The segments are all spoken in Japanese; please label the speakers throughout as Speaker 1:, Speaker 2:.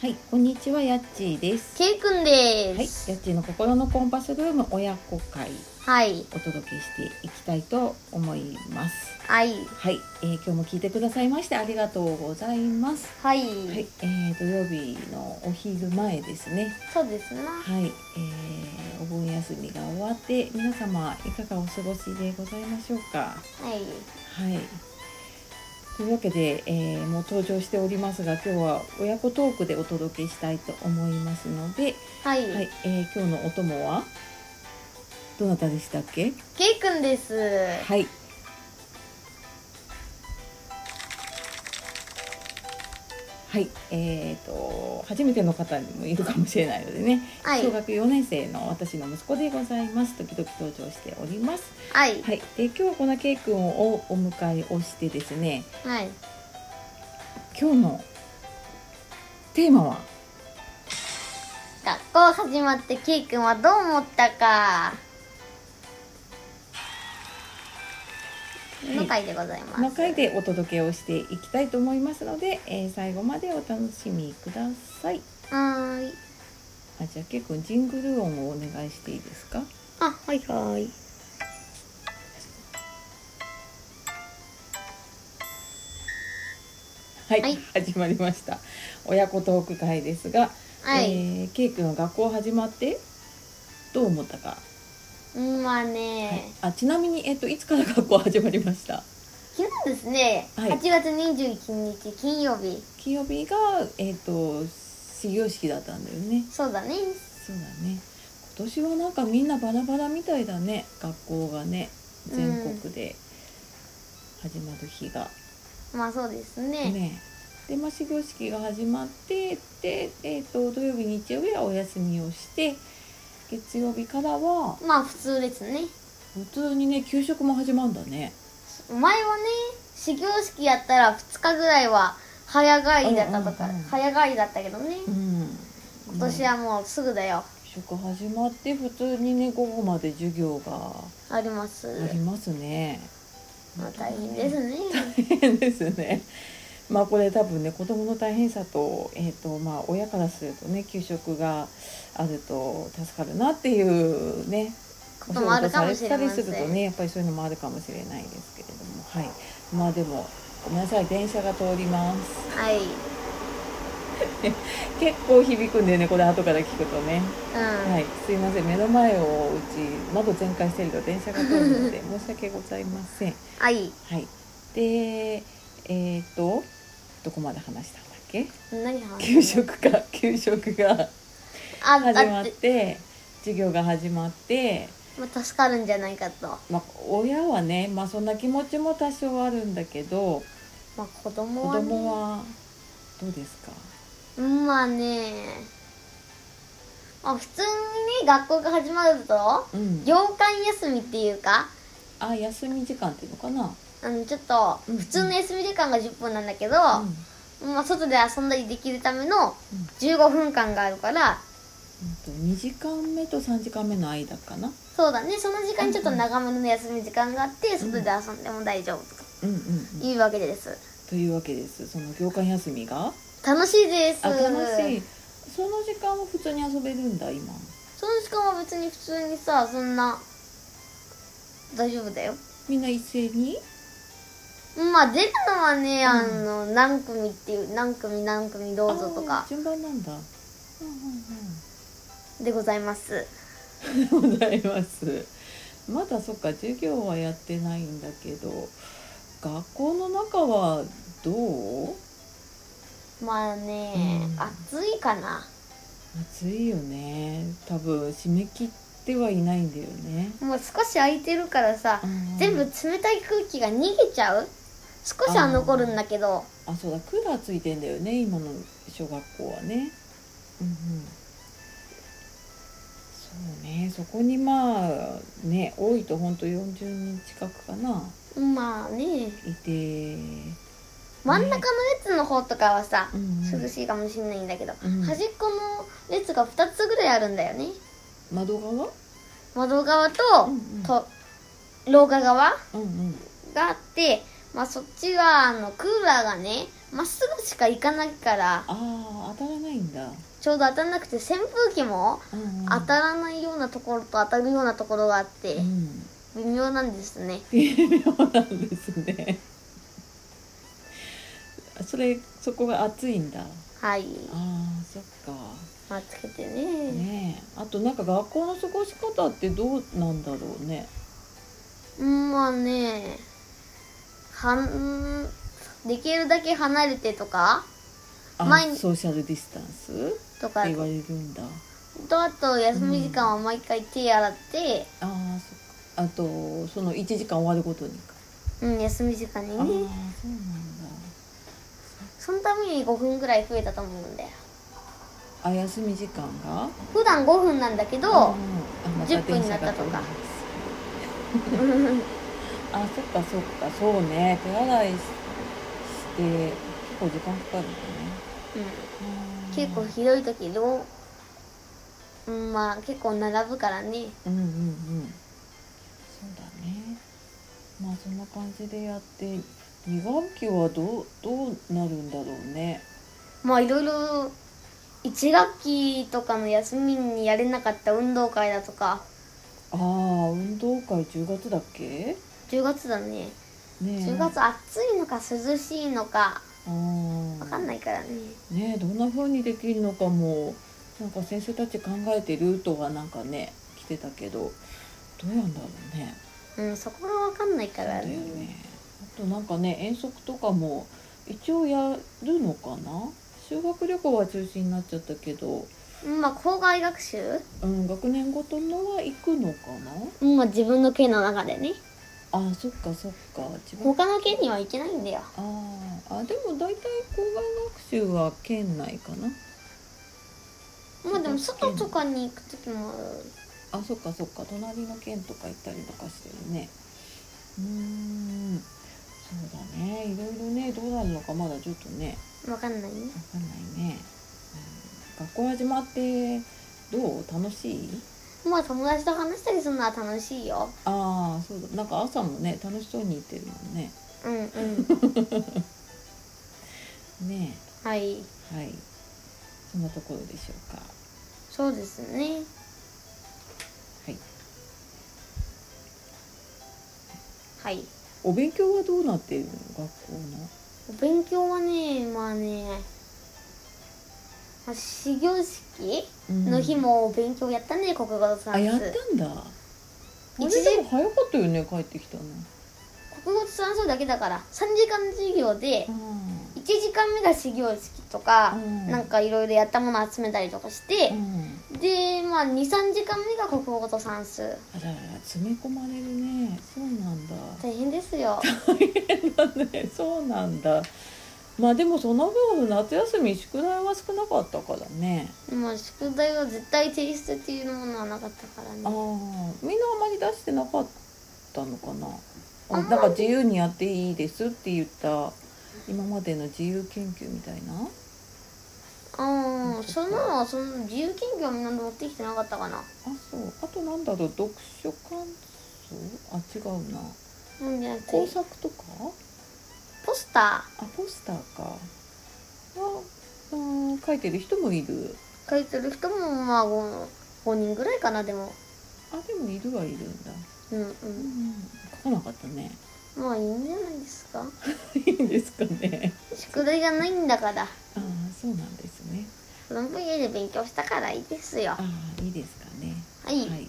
Speaker 1: はい、こんにちは、やっちーです。
Speaker 2: ケイくん
Speaker 1: はい、
Speaker 2: で
Speaker 1: やっ
Speaker 2: す。
Speaker 1: ちーの心のコンパスルーム親子会、
Speaker 2: はい。
Speaker 1: お届けしていきたいと思います。
Speaker 2: はい。
Speaker 1: はい、えー今日も聞いてくださいまして、ありがとうございます。
Speaker 2: はい。
Speaker 1: はい、えー、土曜日のお昼前ですね。
Speaker 2: そうですな。
Speaker 1: はい、えー、お盆休みが終わって、皆様いかがお過ごしでございましょうか。
Speaker 2: はい。
Speaker 1: はい。というわけで、えーもう登場しておりますが今日は親子トークでお届けしたいと思いますので、
Speaker 2: はい。
Speaker 1: はいえー今日のお供はどなたでしたっけ
Speaker 2: ケイくんです。
Speaker 1: はいはいえー、と初めての方もいるかもしれないのでね、
Speaker 2: はい
Speaker 1: 小。学4年生の私の息子でございます時々登場しております
Speaker 2: はい。
Speaker 1: はい、で今日このケイ君をお迎えをしてですね
Speaker 2: はい。
Speaker 1: 今日のテーマは
Speaker 2: 学校始まってケイくんはどう思ったか。の回でございます。
Speaker 1: の回でお届けをしていきたいと思いますので、えー最後までお楽しみください
Speaker 2: はーい。
Speaker 1: あじゃあケイ君ジングル音をお願いしていいですか
Speaker 2: あ、はいはい。
Speaker 1: はい、
Speaker 2: はい
Speaker 1: 始まりました親子トーク会ですが、
Speaker 2: はい。
Speaker 1: えーケイ君は学校始まってどう思ったか、
Speaker 2: うん、まあね。
Speaker 1: あちなみに、えっといつから学校始まりました
Speaker 2: 昨日ですね。
Speaker 1: はい
Speaker 2: 8月21日金曜日。
Speaker 1: 金曜日が、えっと始業式だったんだよね
Speaker 2: そうだね。
Speaker 1: そうだね今年はなんかみんなバラバラみたいだね学校がね全国で始まる日が、
Speaker 2: まあそうですね。
Speaker 1: ねでまあ始業式が始まってで、えー、と土曜日日曜日はお休みをして月曜日からは
Speaker 2: まあ普通ですね。
Speaker 1: 普通にね給食も始まるんだね
Speaker 2: 前はね始業式やったら2日ぐらいは早帰りだったとか、
Speaker 1: うんうんうん
Speaker 2: 早帰りだったけどね、
Speaker 1: うん
Speaker 2: 今年はもうすぐだよ
Speaker 1: 給食始まって普通にね午後まで授業が
Speaker 2: あります、
Speaker 1: ありますね、
Speaker 2: まあ、大変で すね
Speaker 1: 大変ですね。まあこれ多分ね子どもの大変さと,、えーとまあ、親からするとね給食があると助かるなっていうね
Speaker 2: こともあるかもしれま
Speaker 1: お仕事
Speaker 2: せ
Speaker 1: されてたりすると
Speaker 2: ん、
Speaker 1: ねやっぱりそういうのもあるかもしれないですけれどもはいまあでもごめんなさい電車が通ります
Speaker 2: はい
Speaker 1: 結構響くんでねこれ後から聞くとね、
Speaker 2: うん
Speaker 1: はいすいません目の前をうち窓全開してると電車が通るので申し訳ございません
Speaker 2: はい
Speaker 1: はい。で、えっ、と、どこまで話したんだっけ？
Speaker 2: 何話してん
Speaker 1: 給
Speaker 2: の
Speaker 1: 食が 給食が
Speaker 2: あだっ、
Speaker 1: 始まってて、授業が始まって、
Speaker 2: まあ、助かるんじゃないかと、ま
Speaker 1: まあ親はね、まあそんな気持ちも多少あるんだけど、
Speaker 2: あ、子供
Speaker 1: 子
Speaker 2: はね
Speaker 1: 供はどうですか？
Speaker 2: うんまあねまあ普通にね学校が始まると
Speaker 1: うん。
Speaker 2: 業間休みっていうか
Speaker 1: あ、休み時間っていうのかな？
Speaker 2: あのちょっと
Speaker 1: うん
Speaker 2: 普通の休み時間が10分なんだけど、
Speaker 1: うんうん
Speaker 2: まあ、外で遊んだりできるための15分間があるから
Speaker 1: と2時間目と3時間目の間かな、
Speaker 2: そうだねその時間にちょっと長めの休み時間があって外で遊んでも大丈夫とか
Speaker 1: うんうんうん、
Speaker 2: いうわけです
Speaker 1: というわけですその業界休みが
Speaker 2: 楽しいです
Speaker 1: あ楽しいその時間は普通に遊べるんだ今
Speaker 2: その時間は別に普通にさそんな大丈夫だよ
Speaker 1: みんな一斉に
Speaker 2: まあ出るのはね、
Speaker 1: うん
Speaker 2: あの何組っていう何組何組どうぞと
Speaker 1: あー
Speaker 2: か
Speaker 1: 順番なんだ
Speaker 2: でございます
Speaker 1: うんうんうん ございますまだそっか授業はやってないんだけど学校の中はどう
Speaker 2: まあね、
Speaker 1: うん
Speaker 2: 暑いかな
Speaker 1: 暑いよね多分締め切ってはいないんだよね、
Speaker 2: もう少し空いてるからさ、
Speaker 1: うん
Speaker 2: 全部冷たい空気が逃げちゃう少しは残るんだけど
Speaker 1: あそうだクーラーついてんだよね今の小学校はねうんうんそうねそこにまあね多いとほんと40人近くかな
Speaker 2: まあ
Speaker 1: い
Speaker 2: ね
Speaker 1: て
Speaker 2: 真ん中の列の方とかはさ、
Speaker 1: うんうん
Speaker 2: 涼しいかもしんないんだけど、
Speaker 1: うん
Speaker 2: 端っこの列が2つぐらいあるんだよね
Speaker 1: 窓側
Speaker 2: 窓側と,、
Speaker 1: うんうん
Speaker 2: と廊下側
Speaker 1: うんうん
Speaker 2: があって、まあ、そっちはあのクーラーがねまっすぐしか行かないから
Speaker 1: ああ当たらないんだ、
Speaker 2: ちょうど当たらなくて扇風機も
Speaker 1: うんうん
Speaker 2: 当たらないようなところと当たるようなところがあって
Speaker 1: うん
Speaker 2: 微妙なんですね
Speaker 1: 微妙なんですねそれそこが暑いんだ
Speaker 2: はい
Speaker 1: あーそっか
Speaker 2: まあつけてね
Speaker 1: ねえあとなんか学校の過ごし方ってどうなんだろうね
Speaker 2: うんまあねはんできるだけ離れてとか
Speaker 1: あ
Speaker 2: 毎日
Speaker 1: ソーシャルディスタンスって
Speaker 2: とか
Speaker 1: 言われるんだ
Speaker 2: とあと休み時間は毎回手洗って、
Speaker 1: あーそっかあとその1時間終わるごとにか
Speaker 2: うん、休み時間に
Speaker 1: ああーそうなん
Speaker 2: ね
Speaker 1: だ
Speaker 2: そのために5分ぐらい増えたと思うんだよ
Speaker 1: あ休み時間が
Speaker 2: 普段5分なんだけ
Speaker 1: うんあ
Speaker 2: ど、
Speaker 1: ま
Speaker 2: 10分になった
Speaker 1: 電車が通
Speaker 2: とか
Speaker 1: りますあそっかそっかそうね手洗いしして結構時間かかるんだね
Speaker 2: う
Speaker 1: うん
Speaker 2: ん、結構ひどい時どう、うん、まあ結構並ぶからね
Speaker 1: うんうんうんそうだねまあそんな感じでやって2学期はどうどうなるんだろうね
Speaker 2: まあいろいろ1学期とかの休みにやれなかった運動会だとか
Speaker 1: ああ運動会10月だっけ
Speaker 2: 10月だね
Speaker 1: ねえ
Speaker 2: 10月暑いのか涼しいのか分かんないいからね
Speaker 1: ねえどんな風にできるのかもなんか先生たち考えてルートがなんかね来てたけどどうやんだろうね
Speaker 2: うんそこが分かんない
Speaker 1: そ
Speaker 2: か
Speaker 1: う
Speaker 2: ら
Speaker 1: だよねあとなんかね遠足とかも一応やるのかな修学旅行は中止になっちゃったけど、
Speaker 2: うんまあ校外学習
Speaker 1: うん、学年ごとのは行くのかな
Speaker 2: うんまあ自分の県の中でね
Speaker 1: あそっかそっか自分
Speaker 2: 他の県には行けないんだよ
Speaker 1: あーあでも大体校外学習は県内かな
Speaker 2: まあでも外とかに行く時も
Speaker 1: あそっかそっか隣の県とか行ったりとかしてるねうーんそうだねいろいろねどうなるのかまだちょっとね
Speaker 2: 分かんないね
Speaker 1: わかんないね、うん、学校始まってどう楽しい
Speaker 2: まあ友達と話したりするのは楽しいよ
Speaker 1: ああそうだなんか朝もね楽しそうにいてるもんね
Speaker 2: うんうん
Speaker 1: ね
Speaker 2: はい
Speaker 1: えはいそんなところでしょうか
Speaker 2: そうですね
Speaker 1: はい
Speaker 2: はい
Speaker 1: お勉強はどうなっているの学校の
Speaker 2: お勉強はねまあねまあ始業式
Speaker 1: うん
Speaker 2: の日もお勉強やったね国語と
Speaker 1: あ
Speaker 2: 算
Speaker 1: やっ
Speaker 2: 数
Speaker 1: たんだあ
Speaker 2: 一
Speaker 1: れ
Speaker 2: 時
Speaker 1: でも早かったよね帰ってきたの
Speaker 2: 国語と算数だけだから3時間授業で
Speaker 1: う
Speaker 2: 1時間目が始業式とか、
Speaker 1: うん
Speaker 2: なんかいろいろやったもの集めたりとかして
Speaker 1: ん、う、ん、
Speaker 2: でまあ23時間目が国語と算数
Speaker 1: あらら詰め込まれるねそうなんだ
Speaker 2: 大変で すよ
Speaker 1: ね そうなんだまあでもその分夏休み宿題は少なかったからね
Speaker 2: もう宿題は絶対提出っていうものはなかったから
Speaker 1: ああ
Speaker 2: ね
Speaker 1: みんなあまり出してなかったのかな
Speaker 2: あ
Speaker 1: あ
Speaker 2: んまり
Speaker 1: なんか自由にやっていいですって言った今までの自由研究みたいな
Speaker 2: ああそのその自由研究はみんな持ってきてなかったかな
Speaker 1: あそうあとなんだろう読書感想あ違うな
Speaker 2: なんじゃなくて
Speaker 1: 工作とか
Speaker 2: ポスタ
Speaker 1: あポスターかはうん書いてる人もいる
Speaker 2: ー書いてる人もまあ 5, 5人ぐらいかなでも
Speaker 1: あでもいるはいるんだ、
Speaker 2: うんう
Speaker 1: うんん、書かなかったね
Speaker 2: まあいいんじゃないですか
Speaker 1: いいんですかね
Speaker 2: 宿題がないんだから
Speaker 1: ああそうなんですね
Speaker 2: その分家で勉強したからいいですよ
Speaker 1: ああいいですかね
Speaker 2: はい、
Speaker 1: はい、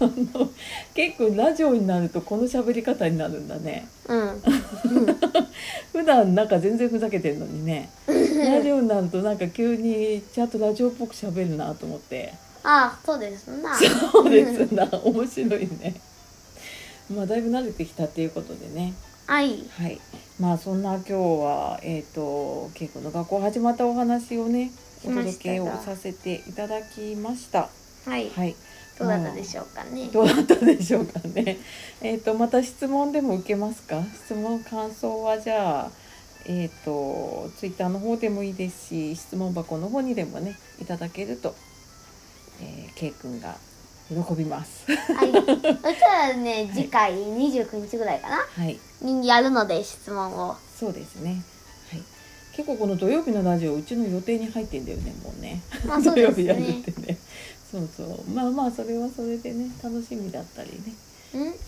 Speaker 1: あの結構ラジオになるとこの喋り方になるんだね
Speaker 2: うん
Speaker 1: 普段なんか全然ふざけてるのに ねラジオになるとなんか急にちゃんとラジオっぽく喋るなと思 って
Speaker 2: ああそうですな
Speaker 1: そうですな面白いねまあだいぶ慣れてきたっていうことでね
Speaker 2: はい
Speaker 1: はいまあそんな今日はえっ、と稽古の学校始まったお話をねお届けをさせていただきました
Speaker 2: はい
Speaker 1: はい
Speaker 2: どうだったでしょうかね
Speaker 1: どうだったでしょうかね。 えっ、とまた質問でも受けますか。質問感想はじゃあえっ、とツイッターの方でもいいですし、質問箱の方にでもねいただけると、えー、K 君が喜びます。
Speaker 2: はいそしたらね次回29日ぐらいかな
Speaker 1: はい、
Speaker 2: にやるので質問を
Speaker 1: そうですね。結構この土曜日のラジオうちの予定に入ってんだよねもうね
Speaker 2: まあそ
Speaker 1: 土
Speaker 2: う
Speaker 1: 曜
Speaker 2: です
Speaker 1: 日やるっ
Speaker 2: ね
Speaker 1: てねそうそうまあまあそれはそれでね楽しみだったりね
Speaker 2: う
Speaker 1: す
Speaker 2: ん
Speaker 1: るので、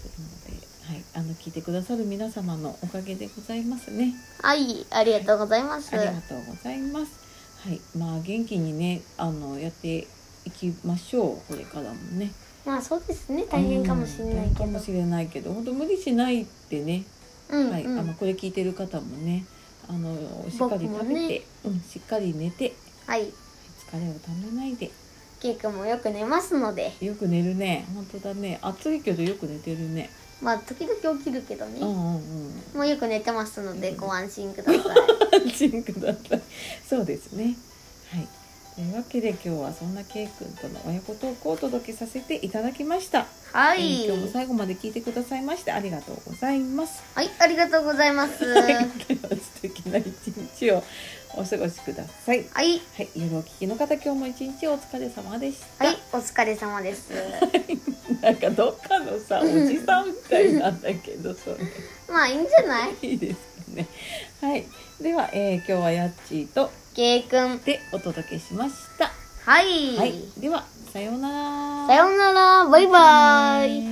Speaker 1: はい、あの聞いてくださる皆様のおかげでございますね
Speaker 2: はいありがとうございま
Speaker 1: あ
Speaker 2: す
Speaker 1: りがとうございますはいまあ元気にねあのやっていきましょうこれからもね
Speaker 2: まあそうですね大変かもしれない
Speaker 1: うん大変
Speaker 2: け
Speaker 1: か
Speaker 2: ど
Speaker 1: もしれないけど本当無理しないってね
Speaker 2: うん
Speaker 1: はい、あ
Speaker 2: う
Speaker 1: の
Speaker 2: ん
Speaker 1: これ聞いてる方もねあのしっかり食べ
Speaker 2: 僕も
Speaker 1: て、
Speaker 2: ね
Speaker 1: うん、しっかり寝て
Speaker 2: はい
Speaker 1: 疲れをためないで
Speaker 2: ケイ君もよく寝ますので
Speaker 1: よく寝るね本当だね暑いけどよく寝てるね
Speaker 2: まあ時々起きるけどね
Speaker 1: うんうんうん
Speaker 2: もうよく寝てますのでご安心ください
Speaker 1: 安心くださいそうですねはいというわけで今日はそんなケイ君との親子トークをお届けさせていただきました、
Speaker 2: は
Speaker 1: えー
Speaker 2: い
Speaker 1: 今日も最後まで聞いてくださいましてありがとうございます
Speaker 2: はいありがとうございます
Speaker 1: では
Speaker 2: は
Speaker 1: 素敵な一日をお過ごしください
Speaker 2: い
Speaker 1: はい、夜お聞きの方、今日も一日お疲れ様でした。
Speaker 2: はいお疲れ様 です
Speaker 1: なんかどっかのさ、おじさんみたいなんだけど、それ
Speaker 2: まあいいんじゃない
Speaker 1: いいですかね。はい、では、えー今日はやっちーと
Speaker 2: ケイ君
Speaker 1: でお届けしました。
Speaker 2: はい、
Speaker 1: はい、では、さようなら。
Speaker 2: さようならバイバイ
Speaker 1: ね